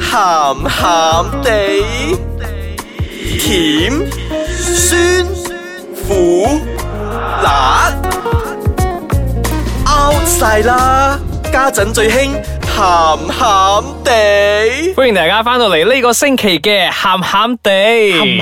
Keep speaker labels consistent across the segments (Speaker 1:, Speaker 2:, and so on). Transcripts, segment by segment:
Speaker 1: 鹹鹹地，甜酸苦辣 out 晒啦！家陣最興鹹鹹地。
Speaker 2: 歡迎大家翻到嚟呢個星期嘅鹹鹹
Speaker 3: 冚
Speaker 2: 地，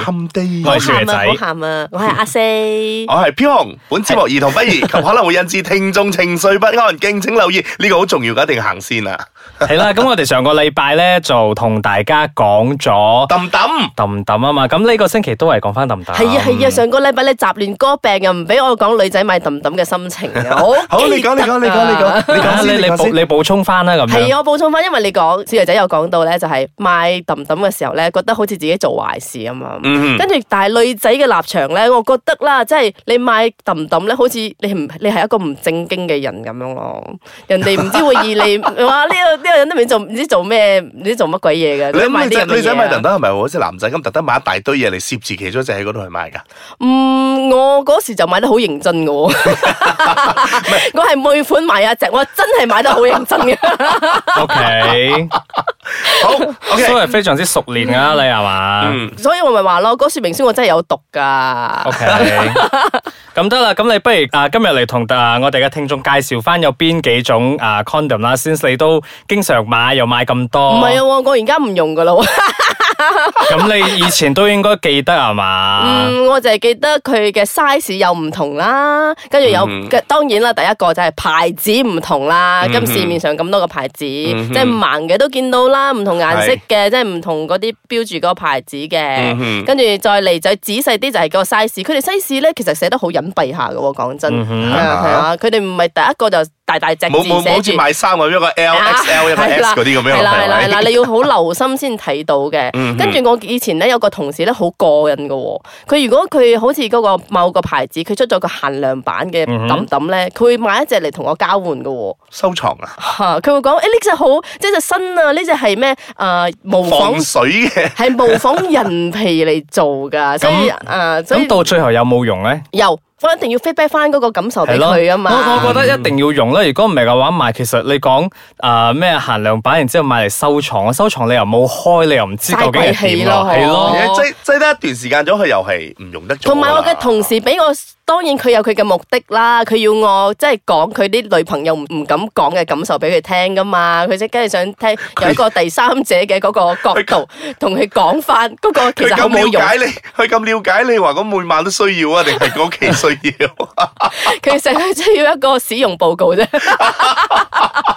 Speaker 3: 冚地，
Speaker 2: 我係
Speaker 4: 好
Speaker 2: 小爺仔，
Speaker 4: 咸啊，好咸啊！我係 阿四，
Speaker 3: 我係飄紅。本節目兒童不宜，及可能會引致聽眾情緒不安，敬請留意。呢個好重要嘅，一定行先啊！
Speaker 2: 係啦。咁我哋上個禮拜咧就同大家講 咗
Speaker 3: 揼揼，
Speaker 2: 氹氹啊嘛，咁呢個星期都係講翻氹氹。
Speaker 4: 係啊係啊！上個禮拜你雜亂歌病又唔俾我講女仔買揼揼嘅心情 啊！
Speaker 3: 好，你講，你講，你講，你嗯講，你
Speaker 2: 啊
Speaker 3: 講
Speaker 2: 你
Speaker 3: 先，
Speaker 2: 你
Speaker 3: 你講
Speaker 2: 補
Speaker 3: 先
Speaker 2: 你。補充翻啦咁
Speaker 4: 係
Speaker 2: 樣。
Speaker 4: 啊，我補充翻，因為你講小爺仔有講到咧，就係賣揼揼嘅時候咧，覺得好似自己做壞事咁啊。
Speaker 3: 嗯
Speaker 4: 跟住，但係女仔嘅立場咧，我覺得啦，即係你賣揼揼咧，好似你唔你係一個唔正經嘅人咁樣咯。人哋唔知會 以你哇呢個呢個人都唔知做唔知做咩，唔知做乜鬼嘢嘅。
Speaker 3: 你
Speaker 4: 你
Speaker 3: 咁
Speaker 4: 賣
Speaker 3: 女
Speaker 4: 啲
Speaker 3: 仔
Speaker 4: 咁嘅嘢啊
Speaker 3: 女仔買揼揼係咪好似男仔咁特登買一大堆嘢嚟攝住其中一隻喺嗰度去買㗎？
Speaker 4: 嗯，我嗰時就買得好認真嘅喎，我係每款買一隻，我真係買得好認真嘅。啊
Speaker 2: O K，
Speaker 3: 好
Speaker 2: 都
Speaker 3: ，OK，
Speaker 2: 係非常之熟練啊，你係嘛？
Speaker 3: 嗯，
Speaker 4: 所以我咪話咯，嗰說明書我真係有讀噶。
Speaker 2: O K，咁得啦，咁你不如啊，今日嚟同啊我哋嘅聽眾介紹翻有邊幾種啊 condom 啦，先你都經常買又買咁
Speaker 4: 唔
Speaker 2: 多，
Speaker 4: 係啊，我而家唔用噶啦喎。
Speaker 2: 咁你以前都應該記得係嘛？
Speaker 4: 嗯，我就係記得佢嘅 size 有唔同啦，跟住有
Speaker 3: 嗯
Speaker 4: 嘅當然啦，第一個就係牌子唔同啦。
Speaker 3: 嗯
Speaker 4: 咁市面上咁多個牌子，
Speaker 3: 嗯
Speaker 4: 即係盲嘅都見到啦，唔同顏色嘅，即係唔同嗰啲標住個牌子嘅。
Speaker 3: 嗯
Speaker 4: 跟住再嚟就仔細啲就係個 size，佢哋 size 咧其實寫得好隱蔽下嘅喎，講真
Speaker 2: 嗯哼
Speaker 4: 係啊係啊，佢哋唔係第一個就大大隻字
Speaker 3: 冇冇冇好似
Speaker 4: 寫住。
Speaker 3: 買衫咁一個 L、
Speaker 4: 啊
Speaker 3: XL 一個
Speaker 4: 係
Speaker 3: S
Speaker 4: 啦
Speaker 3: 嗰啲咁樣，
Speaker 4: 係啦 係啦係
Speaker 3: 係
Speaker 4: 啦，
Speaker 3: 咪？
Speaker 4: 你要好留心先睇到嘅
Speaker 3: 嗯嗯。
Speaker 4: 跟住我以前咧有個同事咧好過癮嘅喎，佢如果佢好似嗰個某個牌子，佢出咗個限量版嘅
Speaker 2: 嗯哼
Speaker 4: 抌抌咧，佢會買一隻嚟同我交換嘅喎。
Speaker 3: 收藏啊，
Speaker 4: 嚇佢會講誒哎呢隻好，即隻新啊，呢隻係咩誒模仿
Speaker 3: 防水嘅。
Speaker 4: 係模仿人皮嚟做㗎，所以誒所
Speaker 2: 咁
Speaker 4: 以
Speaker 2: 到最後有冇用咧？
Speaker 4: 有。我一定要 feedback 翻嗰個感受俾
Speaker 2: 係咯，
Speaker 4: 佢啊嘛，
Speaker 2: 我我覺得一定要用啦。如果唔係嘅話，買其實你講啊咩限量版，然之後買嚟收藏，啊收藏你又冇開，你又唔知究竟係點咯，
Speaker 4: 嘥鬼氣
Speaker 2: 係
Speaker 4: 咯
Speaker 2: 咯
Speaker 4: 哦。
Speaker 3: 擠擠得一段時間咗，佢又係唔用得咗啦。
Speaker 4: 同埋我嘅同事俾我，當然佢有佢嘅目的啦。佢要我即係講佢啲女朋友唔唔敢講嘅感受俾佢聽噶嘛。佢即梗係想聽有一個第三者嘅嗰個角度同佢講翻嗰個其
Speaker 3: 佢
Speaker 4: 實好
Speaker 3: 咁
Speaker 4: 冇用
Speaker 3: 了。解你，佢咁了解你話咁每晚都需要啊，定係嗰期需 要？
Speaker 4: 佢成日需要一個使用報告啫。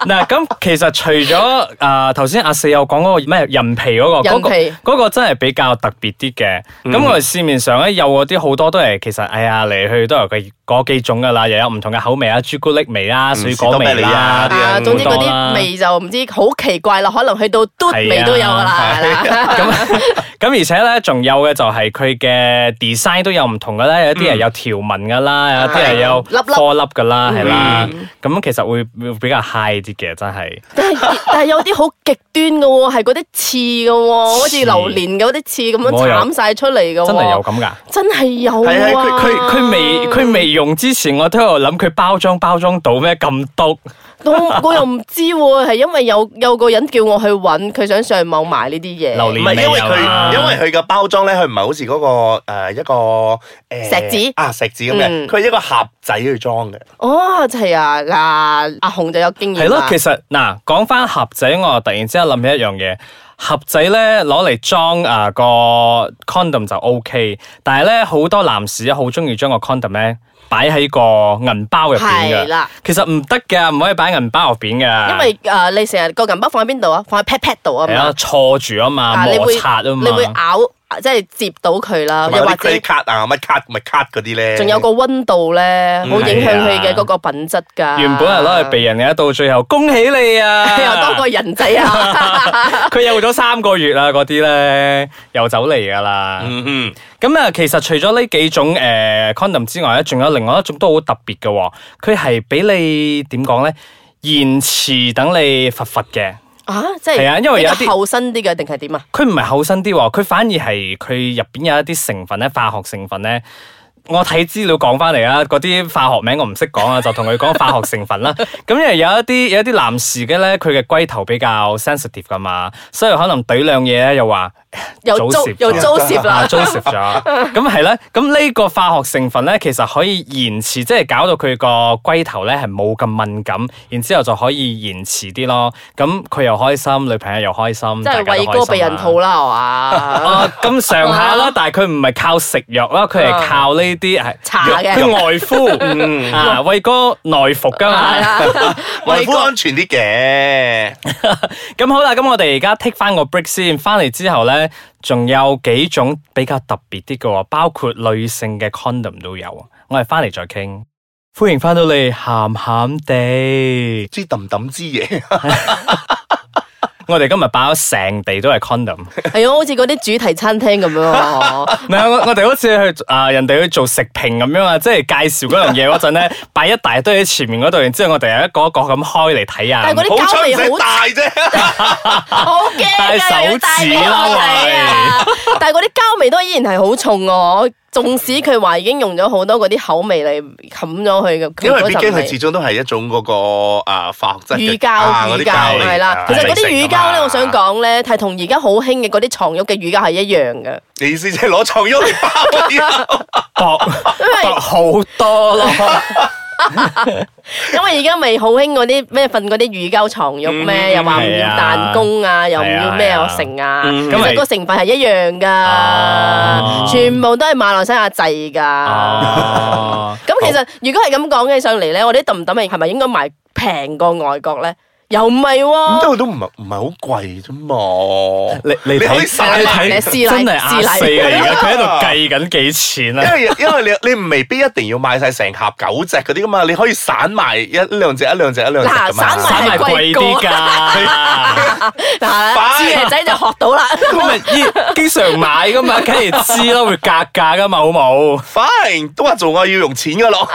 Speaker 2: 嗱，咁其實除咗啊頭先阿四有講嗰個咩人皮嗰個，
Speaker 4: 人
Speaker 2: 嗰個
Speaker 4: 皮
Speaker 2: 嗰個真係比較特別啲嘅。
Speaker 3: 嗯
Speaker 2: 咁我哋市面上咧有嗰啲好多都係其實哎呀嚟去都有佢嗰幾種噶啦，又有唔同嘅口味啊，朱古力味啊，水果味
Speaker 3: 士多啤梨啊
Speaker 2: 啦
Speaker 3: 啲。
Speaker 4: 啊，
Speaker 3: 嗯
Speaker 4: 總之嗰
Speaker 2: 好多啦
Speaker 4: 啲味就唔知好奇怪啦，可能去到嘟
Speaker 2: 係啊啊
Speaker 4: 味都有噶啦。係啦
Speaker 2: 咁咁而且咧，仲有嘅就係佢嘅 design 都有唔同嘅啦，有啲係有條紋噶啦，有啲係有
Speaker 4: 嗯粒嗯粒
Speaker 2: 顆粒噶啦，係啦。咁其實會會比較 high 啲嘅，真係。
Speaker 4: 但係但係有啲好極端嘅喎，係嗰啲刺嘅喎，好似
Speaker 2: 刺
Speaker 4: 榴蓮嘅嗰啲刺咁樣
Speaker 2: 我有
Speaker 4: 斬晒出嚟嘅喎。
Speaker 2: 真係有咁噶？
Speaker 4: 真係有
Speaker 3: 係啊佢
Speaker 4: 啊！
Speaker 2: 佢佢未佢未用之前，我都有諗佢包裝包裝到咩咁毒？
Speaker 4: 我我又唔知喎， 係因為有有個人叫我去揾，佢想上網買呢啲嘢。
Speaker 2: 榴
Speaker 3: 唔
Speaker 2: 蓮
Speaker 3: 係因為
Speaker 2: 味啊
Speaker 3: 佢，因為佢嘅包裝咧，佢唔係好似嗰個誒一個
Speaker 4: 石
Speaker 3: 誒
Speaker 4: 子
Speaker 3: 啊石子咁嘅，
Speaker 4: 嗯
Speaker 3: 佢係一個盒仔去裝嘅。
Speaker 4: 哦，就係啊，嗱，阿紅就有經驗
Speaker 2: 係咯
Speaker 4: 啦，
Speaker 2: 其。實嗱，講翻盒仔，我又突然之間諗起一樣嘢，盒仔咧攞嚟裝啊個 condom 就 OK，但係咧好多男士好中意將個 condom 咧擺喺個銀包入邊
Speaker 4: 係
Speaker 2: 嘅，
Speaker 4: 啦，
Speaker 2: 其實唔得嘅，唔可以擺銀包入邊嘅，
Speaker 4: 因為誒、呃你成日個銀包放喺邊度啊？放喺 pat pat 度啊
Speaker 2: 係啊
Speaker 4: 嘛，
Speaker 2: 錯住啊嘛，
Speaker 4: 啊你
Speaker 2: 摩
Speaker 4: 會
Speaker 2: 擦啊嘛
Speaker 4: 你，會咬，即係接到佢啦，
Speaker 3: 同埋
Speaker 4: 又
Speaker 3: 嗰
Speaker 4: 或
Speaker 3: 啲
Speaker 4: 者
Speaker 3: credit card 啊，乜 card 咪 card 嗰啲咧，
Speaker 4: 仲有個温度咧，好影響佢嘅嗰個品質㗎。
Speaker 2: 原本係攞嚟避人嘅，到最後恭喜你
Speaker 4: 又多
Speaker 2: 啊！
Speaker 4: 個人仔啊！
Speaker 2: 佢有咗三個月啦，嗰啲咧又走嚟噶啦。
Speaker 3: 嗯嗯，
Speaker 2: 咁啊，其實除咗呢幾種誒、呃 condom 之外咧，仲有另外一種都好特別嘅喎，佢係俾你點講咧？延遲等你罰罰嘅，
Speaker 4: 啊，即
Speaker 2: 係啊
Speaker 4: 係
Speaker 2: 因為有啲
Speaker 4: 比較厚身啲嘅定係點啊？
Speaker 2: 佢唔係厚身啲喎，佢反而係佢入邊有一啲成分咧，化學成分咧，我睇資料講翻嚟啊，嗰啲化學名我唔識講啊，就同佢講化學成分啦。咁因為有一啲有一啲男士嘅咧，佢嘅龜頭比較 sensitive 噶嘛，所以可能懟兩嘢咧又話
Speaker 4: 又
Speaker 2: 早
Speaker 4: 租
Speaker 2: 泄
Speaker 4: 又
Speaker 2: 咗
Speaker 4: 租攝
Speaker 2: 啊
Speaker 4: 啦，
Speaker 2: ，Joseph 咗，咁係咧，咁呢個化學成分咧，其實可以延遲，即係搞到佢個龜頭咧係冇咁敏感，然之後就可以延遲啲咯。咁佢又開心，女朋友又開心，
Speaker 4: 即
Speaker 2: 大
Speaker 4: 係
Speaker 2: 家都
Speaker 4: 偉
Speaker 2: 開
Speaker 4: 哥
Speaker 2: 心啊
Speaker 4: 避人
Speaker 2: 啦
Speaker 4: 套。啦，係嘛？
Speaker 2: 啊，咁上下啦，但係佢唔係靠食藥啦，佢係靠呢啲係
Speaker 4: 啊搽嘅
Speaker 2: 佢外敷 啊，偉哥內服噶嘛
Speaker 4: 係。啊啦，
Speaker 3: 外
Speaker 4: 偉
Speaker 3: 夫
Speaker 4: 哥
Speaker 3: 安全啲嘅，
Speaker 2: 咁好啦，咁我哋而家 take 翻個 break 先，翻嚟之後咧，仲有幾種比較特別啲嘅喎，包括女性嘅 condom 都有啊。我哋翻嚟再傾。歡迎翻到嚟，鹹鹹地，
Speaker 3: 知揼揼之嘢，
Speaker 2: 我哋今日擺咗成地都係 condom。
Speaker 4: 係啊，好似嗰啲主題餐廳咁樣喎。
Speaker 2: 唔係我我哋好似去啊、人哋去做食評咁樣啊，即係介紹嗰樣嘢嗰陣咧， 擺一大堆喺前面嗰度，然之後我哋有一個一個咁開嚟睇啊。
Speaker 4: 但係嗰啲
Speaker 3: 好彩唔使
Speaker 4: 膠味好
Speaker 3: 大 啫。
Speaker 4: 好驚啊！
Speaker 2: 戴手指啦
Speaker 4: 又要戴呢個係啊！但係嗰啲膠味都依然係好重喎，縱使佢話已經用咗好多嗰啲口味嚟冚咗佢嘅，
Speaker 3: 因為
Speaker 4: 嗰
Speaker 3: 畢
Speaker 4: 陣
Speaker 3: 竟佢
Speaker 4: 味
Speaker 3: 始終都係一種嗰、個啊化學質嘅
Speaker 4: 乳膠
Speaker 3: 啊嗰
Speaker 4: 乳
Speaker 3: 啲
Speaker 4: 膠
Speaker 3: 膠嚟
Speaker 4: 係啦，其實嗰啲乳膠咧，我想，講咧係同而家好興嘅嗰啲床褥嘅乳膠係一樣 嘅，
Speaker 3: 你意思即係攞床褥嚟包啲啊
Speaker 2: 薄薄好多咯。
Speaker 4: 因為而家咪好興嗰啲咩瞓嗰啲乳膠床褥咩，又話唔要彈弓啊，又唔要咩
Speaker 2: 係啊
Speaker 4: 成啊，其
Speaker 2: 因為
Speaker 4: 實個成分係一樣
Speaker 2: 哦
Speaker 4: 㗎，全部都係馬來西亞製㗎。
Speaker 2: 哦，
Speaker 4: 咁其實如果係咁講起上嚟咧，我哋抌唔抌係係咪應該賣平過外國咧？又唔係
Speaker 3: 咁
Speaker 4: 喎，
Speaker 3: 都都唔係唔係好貴啫嘛。
Speaker 2: 你你
Speaker 3: 你可以
Speaker 2: 睇
Speaker 3: 散
Speaker 2: 你
Speaker 3: 埋
Speaker 2: 睇
Speaker 4: 你試禮
Speaker 2: 真係阿四
Speaker 4: 試
Speaker 2: 嚟
Speaker 3: 禮
Speaker 2: 嘅，佢喺度計緊幾錢
Speaker 3: 因
Speaker 2: 啊！
Speaker 3: 為因為你你未必一定要買晒成盒九隻嗰啲噶嘛，你可以散埋一兩隻一兩隻一兩隻
Speaker 4: 嗱
Speaker 3: 咁嘛。
Speaker 4: 散
Speaker 2: 散埋貴啲㗎，
Speaker 4: 嗱，
Speaker 3: 快
Speaker 4: 知嘅仔就學到啦。
Speaker 2: 咁咪依經常買㗎嘛，梗係知啦，會格價㗎嘛，好冇？
Speaker 3: fine 都話做愛要用錢噶 咯。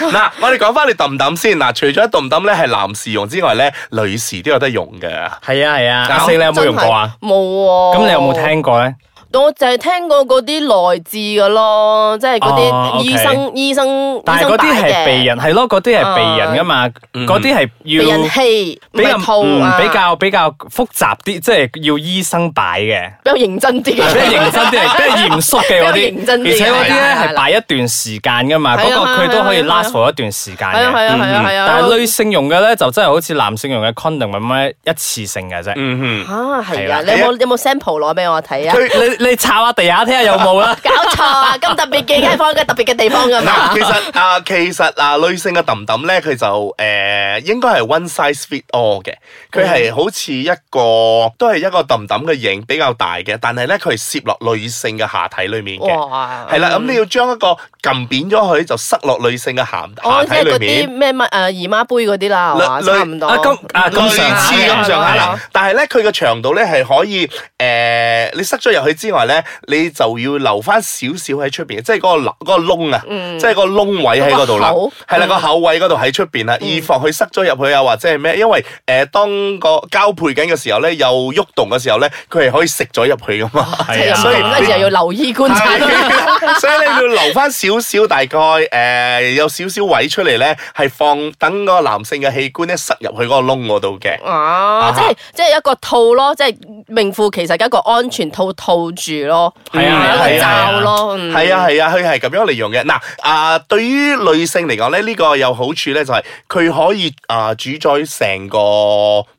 Speaker 3: 嗱，我哋講翻你揼唔揼先。嗱，除咗揼唔揼咧係男士用之外咧，女士都有得用嘅。
Speaker 2: 係啊係啊，阿四你 有冇用過啊？
Speaker 4: 真係？冇喎。
Speaker 2: 咁你有冇？聽過咧？
Speaker 4: 我就係聽過嗰啲內置嘅咯，即係嗰
Speaker 2: 哦
Speaker 4: 啲
Speaker 2: ，OK
Speaker 4: 醫生、醫生、
Speaker 2: 但係嗰啲
Speaker 4: 醫生擺嘅
Speaker 2: 係避人，係咯，嗰啲係避人㗎嘛，嗰啲係
Speaker 4: 避
Speaker 2: 要
Speaker 4: 人器，唔
Speaker 2: 比較
Speaker 4: 係套
Speaker 2: 嗯
Speaker 4: 啊，
Speaker 2: 比較比較複雜啲，即係要醫生擺嘅。
Speaker 4: 比較認真啲
Speaker 2: 比較
Speaker 4: 嘅。
Speaker 2: 認真 啲，比較嚴肅嘅嗰
Speaker 4: 比較認真
Speaker 2: 啲，
Speaker 4: 啲
Speaker 2: 而且嗰啲咧
Speaker 4: 係啊啦係
Speaker 2: 係
Speaker 4: 啦
Speaker 2: 擺一段時間噶嘛，
Speaker 4: 係啊
Speaker 2: 嗰個佢都可以
Speaker 4: 係啊係啊
Speaker 2: last for 一段時間
Speaker 4: 係啊係
Speaker 2: 嘅。
Speaker 4: 啊係啊係啊。
Speaker 2: 但係女性用嘅咧就真係好似男性用嘅 condom 咁樣一次性嘅啫。
Speaker 3: 嗯哼，
Speaker 4: 啊係啊，
Speaker 2: 係
Speaker 4: 你
Speaker 2: 啦
Speaker 4: 有冇有冇 sample 攞俾我睇啊？。
Speaker 2: 你你抄下地下睇下有冇啦
Speaker 4: 搞錯 啊！咁特別嘅街坊，嘅特別嘅地方㗎
Speaker 3: 嗱，
Speaker 4: 嘛
Speaker 3: 其。實啊，其實啊，女性嘅揼揼咧，佢就誒應該係 one size fit all 嘅，佢係好似一個都係一個揼揼嘅型比較大嘅，但係咧佢係攝落女性嘅下體裡面嘅。
Speaker 4: 哇！
Speaker 3: 係啦，咁你要將一個撳扁咗佢，就塞落女性嘅下下
Speaker 4: 哦，即係
Speaker 3: 體裏
Speaker 4: 嗰
Speaker 3: 面
Speaker 4: 啲。咩乜誒姨媽杯嗰啲啦，係嘛
Speaker 3: 類
Speaker 4: 差唔多。
Speaker 2: 啊咁啊咁
Speaker 3: 類似
Speaker 2: 上下
Speaker 4: 嘅
Speaker 3: 咁上下
Speaker 4: 係
Speaker 3: 啦
Speaker 4: 啊，
Speaker 3: 但係咧佢嘅長度咧係可以誒、呃你塞咗入去之外咧，你就要留翻少少喺出邊，即係嗰、個嗰、個窿啊，即係個窿位喺嗰度啦
Speaker 4: 個口，
Speaker 3: 係啦個口位嗰度喺出邊啦，以防佢塞咗入去啊或者係咩，因為誒、呃、當個交配緊嘅時候咧，又喐動嘅時候咧，佢係可以食咗入去噶嘛，
Speaker 4: 即
Speaker 2: 係
Speaker 4: 係
Speaker 2: 啊
Speaker 4: 又
Speaker 3: 所以
Speaker 4: 唔同，跟住又要留意觀察。
Speaker 3: 係啊所以你要留翻少少，大概誒、呃有少少位出嚟咧，係放等個男性嘅器官咧塞入去嗰個窿嗰度嘅。啊
Speaker 4: 哦，即係即係一個套咯，即係名副其實嘅一個安全套套住咯，嗯
Speaker 2: 係啊
Speaker 4: 一個
Speaker 3: 係啊
Speaker 4: 罩咯，嗯
Speaker 3: 係啊係啊，佢係咁樣嚟用嘅。嗱啊，對於女性嚟講咧，呢、個有好處咧，就係佢可以啊主宰成個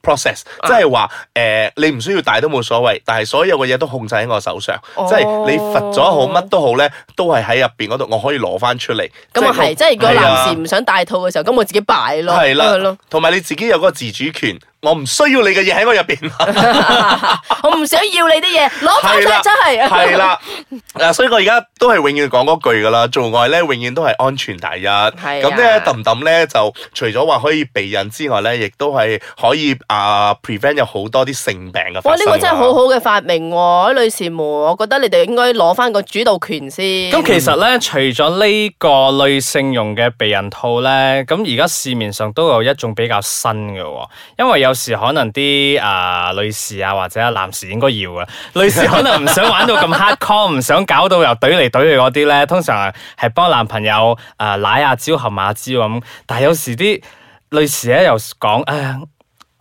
Speaker 3: process，即
Speaker 4: 啊
Speaker 3: 係話誒你唔需要大都冇所謂，但係所有嘅嘢都控制喺我手上，
Speaker 4: 哦
Speaker 3: 即係你罰咗好乜都好咧，都係喺入邊嗰度，我可以攞翻出嚟。
Speaker 4: 咁啊係，即係如果
Speaker 3: 係啊
Speaker 4: 男士唔想戴套嘅時候，咁我自己擺咯，
Speaker 3: 係
Speaker 4: 係咯
Speaker 3: 啦，，同埋你自己有嗰個自主權，我唔需要你嘅嘢喺我入邊。
Speaker 4: 我唔想要你啲 嘢，攞翻
Speaker 3: 係
Speaker 4: 晒
Speaker 3: 啦，
Speaker 4: 出嚟。
Speaker 3: 係啦，嗱，所以我而家都係永遠講嗰句噶啦，做愛咧永遠都係安全第一。
Speaker 4: 啊
Speaker 3: 咁咧揼揼咧就除咗話可以避孕之外咧，亦都係可以啊 prevent 有好多啲性病嘅
Speaker 4: 哇！
Speaker 3: 發
Speaker 4: 呢
Speaker 3: 生。
Speaker 4: 個真係好好嘅發明喎，女士們，我覺得你哋應該攞翻個主導權先。
Speaker 2: 咁其實咧，除咗呢個女性用嘅避孕套咧，咁而家市面上都有一種比較新嘅喎，因為有時可能啲啊、女 士啊或者男士應該要嘅，女士可能唔想玩到咁 hardcore，唔想搞到又懟嚟嚟懟去嗰啲咧，通常係幫男朋友诶奶下蕉含下蕉咁，但係有時啲女士咧又講诶。唉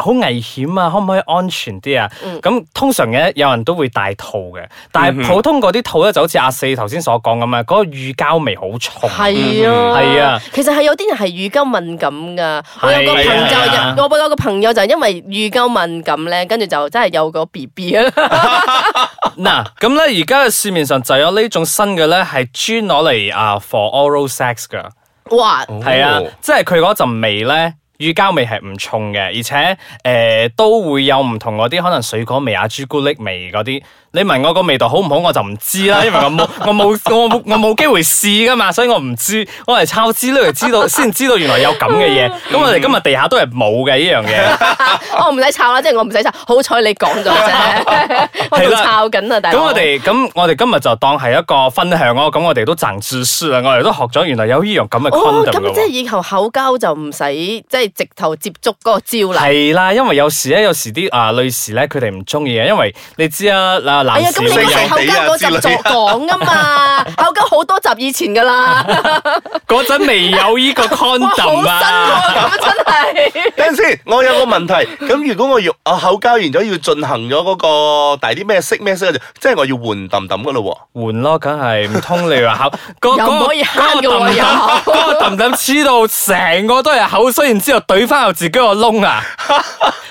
Speaker 2: 好危險啊！可唔可以安全啲啊？咁、通常嘅有人都會帶套嘅，但係普通嗰啲套咧就好似阿四頭先所講咁啊，嗰、個乳膠味好重。
Speaker 4: 系啊，
Speaker 2: 係啊，
Speaker 4: 其實係有啲人係乳溝敏感噶。我有個朋
Speaker 2: 係啊
Speaker 4: 友，我我有個朋友就係因為乳溝敏感咧，跟住就真係有個 B B 啊。
Speaker 2: 嗱，咁咧而家嘅市面上就有呢種新嘅咧，係專攞嚟啊 for oral sex 噶，
Speaker 4: 哇！
Speaker 2: 係啊，即係佢嗰陣味咧。乳膠味係唔重嘅，而且誒、呃都會有唔同嗰啲可能水果味啊、朱古力味嗰啲。你問我個味道好唔好，我就唔知 啦，因為我冇我冇我冇我冇機會試噶嘛，所以我唔知。我係抄資料嚟知道，先知道原來有咁嘅 嘢。咁我哋今日地下都係冇嘅呢樣嘢。
Speaker 4: 我唔使抄啦，即係我唔使抄。好彩你講咗 啫，我仲抄緊 啊，大佬。
Speaker 2: 咁我哋咁我哋今日就當係一個分享咯，咁我哋都賺知識啦，我哋都學咗原來有呢樣咁嘅
Speaker 4: 哦，
Speaker 2: condom
Speaker 4: 咁
Speaker 2: 嘅
Speaker 4: 即係
Speaker 2: 喎。
Speaker 4: 以後口交就唔使即係直頭接觸嗰個招啦。
Speaker 2: 係啦，因為有時咧，有時啲啊女士咧，佢哋唔中意嘅，因為你知啊，嗱
Speaker 4: 哎
Speaker 2: 男
Speaker 4: 呀，
Speaker 2: 士
Speaker 4: 咁你嗰
Speaker 3: 識
Speaker 4: 時
Speaker 3: 人
Speaker 4: 口
Speaker 3: 哋啊
Speaker 4: 交嗰集作講噶嘛，口交好多集以前噶啦，
Speaker 2: 嗰陣未有呢 個
Speaker 4: 哇，好新
Speaker 2: condom 啊，
Speaker 4: 喎，咁真係。
Speaker 3: 等陣先，我有個問題。咁如果我用我口交完咗，要進行咗嗰、個大啲咩色咩色嘅，即係我要換揼揼噶咯
Speaker 2: 換咯，梗係唔通你話口嗰
Speaker 4: 又唔可以慳嘅
Speaker 2: 嗰個
Speaker 4: 喎
Speaker 2: 氹
Speaker 4: 又
Speaker 2: 氹 嗰個氹氹黐到成個都係口水，然之後懟翻入自己個窿 啊！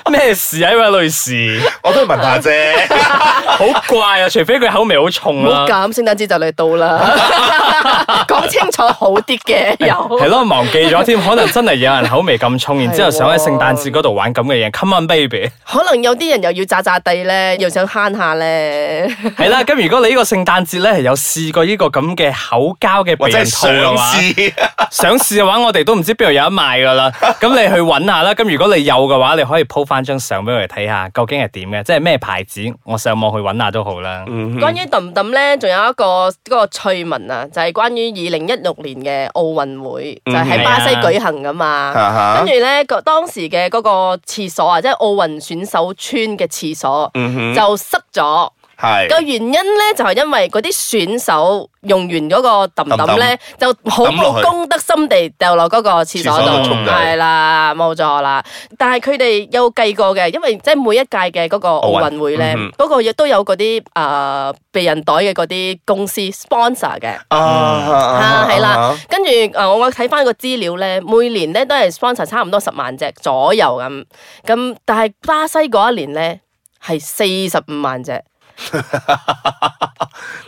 Speaker 2: 咩事啊？呢位女士，
Speaker 3: 喎。我都係問下啫。
Speaker 2: 好怪啊！除非佢口味好重啊
Speaker 4: 唔
Speaker 2: 啦
Speaker 4: 好。咁，聖誕節就嚟到 啦，講清楚好啲嘅
Speaker 2: 系
Speaker 4: 又。
Speaker 2: 哎咯，忘記咗添， 可能真係有人口味咁重，然之后
Speaker 4: 係喎
Speaker 2: 想喺聖誕節嗰度玩咁嘅嘢。Come on baby，
Speaker 4: 可能有啲人又要炸炸地咧，又想慳下咧。
Speaker 2: 係啦。咁如果你呢個聖誕節咧係有試過呢個咁嘅口交嘅
Speaker 3: 或
Speaker 2: 避
Speaker 3: 者係
Speaker 2: 孕套
Speaker 4: 啊
Speaker 3: 嘗
Speaker 2: 嘅話，
Speaker 3: 試，
Speaker 2: 想試嘅話，我哋都唔知邊度有得賣噶 啦。咁你去揾下啦。咁如果你有嘅話，你可以 po 翻張相俾我哋睇下，究竟係點嘅，即係咩牌子，我上網去揾下都好啦。
Speaker 3: 嗯
Speaker 4: 關於揼揼咧，仲有一個嗰個趣聞啊，就係關於二零一六年嘅奧運會，就嗯係喺啊巴西舉行噶嘛。
Speaker 3: 啊哈
Speaker 4: 跟住咧，個當時嘅嗰個廁所啊，即係奧運選手村嘅廁所
Speaker 3: 嗯
Speaker 4: 就塞咗。個
Speaker 3: 係
Speaker 4: 原因咧就係、因為嗰啲選手用完嗰個揼
Speaker 3: 揼
Speaker 4: 揼
Speaker 3: 揼
Speaker 4: 咧，就好
Speaker 3: 抌落
Speaker 4: 冇
Speaker 3: 去
Speaker 4: 公德心地掉落嗰個廁所
Speaker 3: 廁所
Speaker 2: 度
Speaker 4: 度
Speaker 2: 沖，底
Speaker 4: 係啦，冇錯啦。但係佢哋有計過嘅，因為即係每一屆嘅嗰個奧運會咧
Speaker 3: 奧運嗯，
Speaker 4: 嗰、個亦都有嗰啲誒避孕袋嘅嗰啲公司 sponsor 嘅。
Speaker 3: 啊啊
Speaker 4: 啊，係啦，跟住誒，呃我睇翻個資料咧，每年咧都係 sponsor 差唔多十萬隻左右咁，咁但係巴西嗰一年咧係四十五萬隻，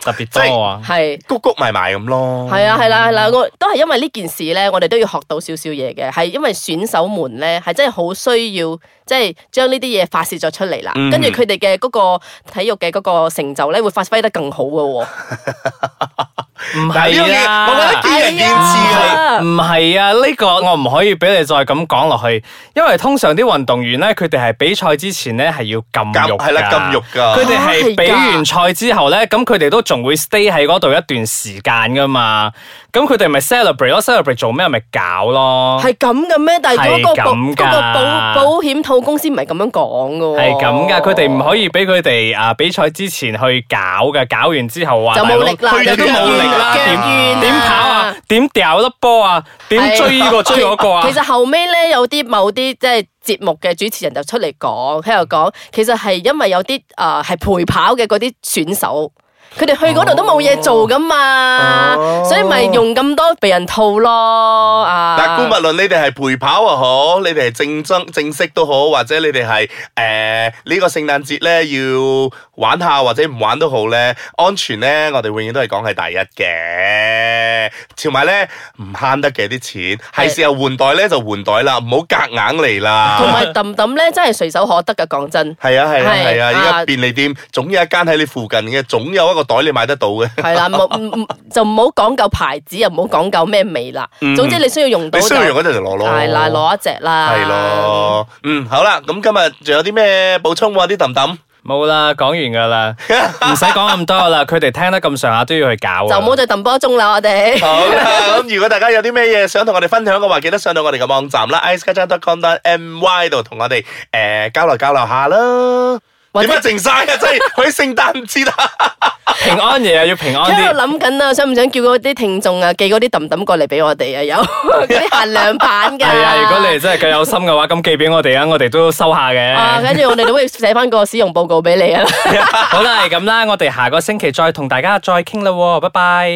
Speaker 2: 特別多
Speaker 3: 哦
Speaker 2: 啊！
Speaker 4: 係。
Speaker 3: 谷谷埋埋咁咯。
Speaker 4: 係啊，係啦，係啦，我都係因為呢件事咧，我哋都要學到少少嘢嘅，係因為選手們咧係真係好需要，即係將呢啲嘢發泄咗出嚟啦，跟住佢哋嘅嗰個體育嘅嗰個成就咧會發揮得更好嘅喎。
Speaker 2: 唔
Speaker 3: 嗱呢樣
Speaker 2: 係
Speaker 3: 嘢
Speaker 2: 啊，
Speaker 3: 我覺得見仁見智啊。
Speaker 2: 唔係啊，呢、個我唔可以俾你再咁講落去，因為通常啲運動員咧，佢哋係比賽之前咧係要禁
Speaker 3: 禁
Speaker 2: 肉㗎
Speaker 3: 係
Speaker 4: à.
Speaker 3: 啦，禁肉
Speaker 2: 佢
Speaker 3: 㗎。
Speaker 2: 哋係
Speaker 4: 啊係㗎
Speaker 2: 比完賽之後咧，咁佢哋都仲會 stay 喺嗰度一段時間噶嘛。咁佢哋咪 celebrate 咯，celebrate 做咩咪搞咯。
Speaker 4: 係咁嘅咩？但係嗰個
Speaker 2: 係
Speaker 4: 保
Speaker 2: 咁㗎
Speaker 4: 嗰個保保險套公司唔係咁樣講嘅喎。
Speaker 2: 係咁噶，佢哋唔可以俾佢哋啊比賽之前去搞噶，搞完之後話
Speaker 4: 就冇力啦，
Speaker 3: 推
Speaker 2: 你
Speaker 3: 咗
Speaker 2: 都冇力啦，
Speaker 4: 腳
Speaker 2: 點
Speaker 4: 軟
Speaker 2: 點跑啊，點掉粒波啊，點追呢 個追嗰個啊
Speaker 4: 其，實後尾咧，有啲某啲即係節目嘅主持人就出嚟講，喺度講，其實係因為有啲啊誒係陪跑嘅嗰啲選手。佢哋去嗰度都冇嘢做噶嘛，
Speaker 3: 哦
Speaker 4: 所以咪用咁多避孕套咯啊！
Speaker 3: 但姑勿論你哋係陪跑又好，你哋係正爭正式都好，或者你哋係誒呢個聖誕節咧要玩下或者唔玩都好咧，安全咧我哋永遠都係講係第一嘅。同埋咧唔慳得嘅啲錢，係
Speaker 4: 係
Speaker 3: 時候換袋咧就換袋啦，唔好夾硬嚟
Speaker 4: 同
Speaker 3: 啦。
Speaker 4: 埋揼揼咧，真係隨手可得嘅，講真。
Speaker 3: 係啊係啊
Speaker 4: 係
Speaker 3: 係啊！依家
Speaker 4: 啊
Speaker 3: 便利店總有一間喺你附近嘅，總有一個袋你買得到嘅。
Speaker 4: 係啦， 冇唔唔就唔好講究牌子，又唔好講究咩味啦。
Speaker 2: 嗯
Speaker 4: 總之你需要用到
Speaker 3: 你
Speaker 4: 就，
Speaker 3: 需要用嗰陣就攞咯。
Speaker 4: 係啦，攞一隻啦。
Speaker 3: 係。咯，嗯，好啦，咁今日仲有啲咩補充喎？啲氹氹
Speaker 2: 冇啦，講完噶啦，唔使講咁多啦，佢哋聽得咁上下都要去搞㗎
Speaker 4: 就
Speaker 2: 啦。
Speaker 4: 唔好再揼波鐘啦，我哋。
Speaker 3: 好 啦，咁如果大家有啲咩嘢想同我哋分享嘅話，記得上到我哋嘅網站啦 i c e k a c a n c o m m y 度同我哋誒、呃交流交流下啦。
Speaker 4: 或者
Speaker 3: 點解靜晒啊？真係佢聖誕節啊！
Speaker 2: 平安夜啊，要平安
Speaker 4: 因為我
Speaker 2: 啲。
Speaker 4: 諗緊啊，想唔想叫嗰啲聽眾啊寄嗰啲揼揼過嚟俾我哋 啊？有嗰啲限量版㗎。
Speaker 2: 係啊，如果你真係夠有心嘅話，咁寄俾我哋啊，我哋都收下嘅。
Speaker 4: 啊，跟住我哋都會寫翻個使用報告俾你啊。
Speaker 2: 好啦，係咁啦，我哋下個星期再同大家再傾啦喎，拜拜。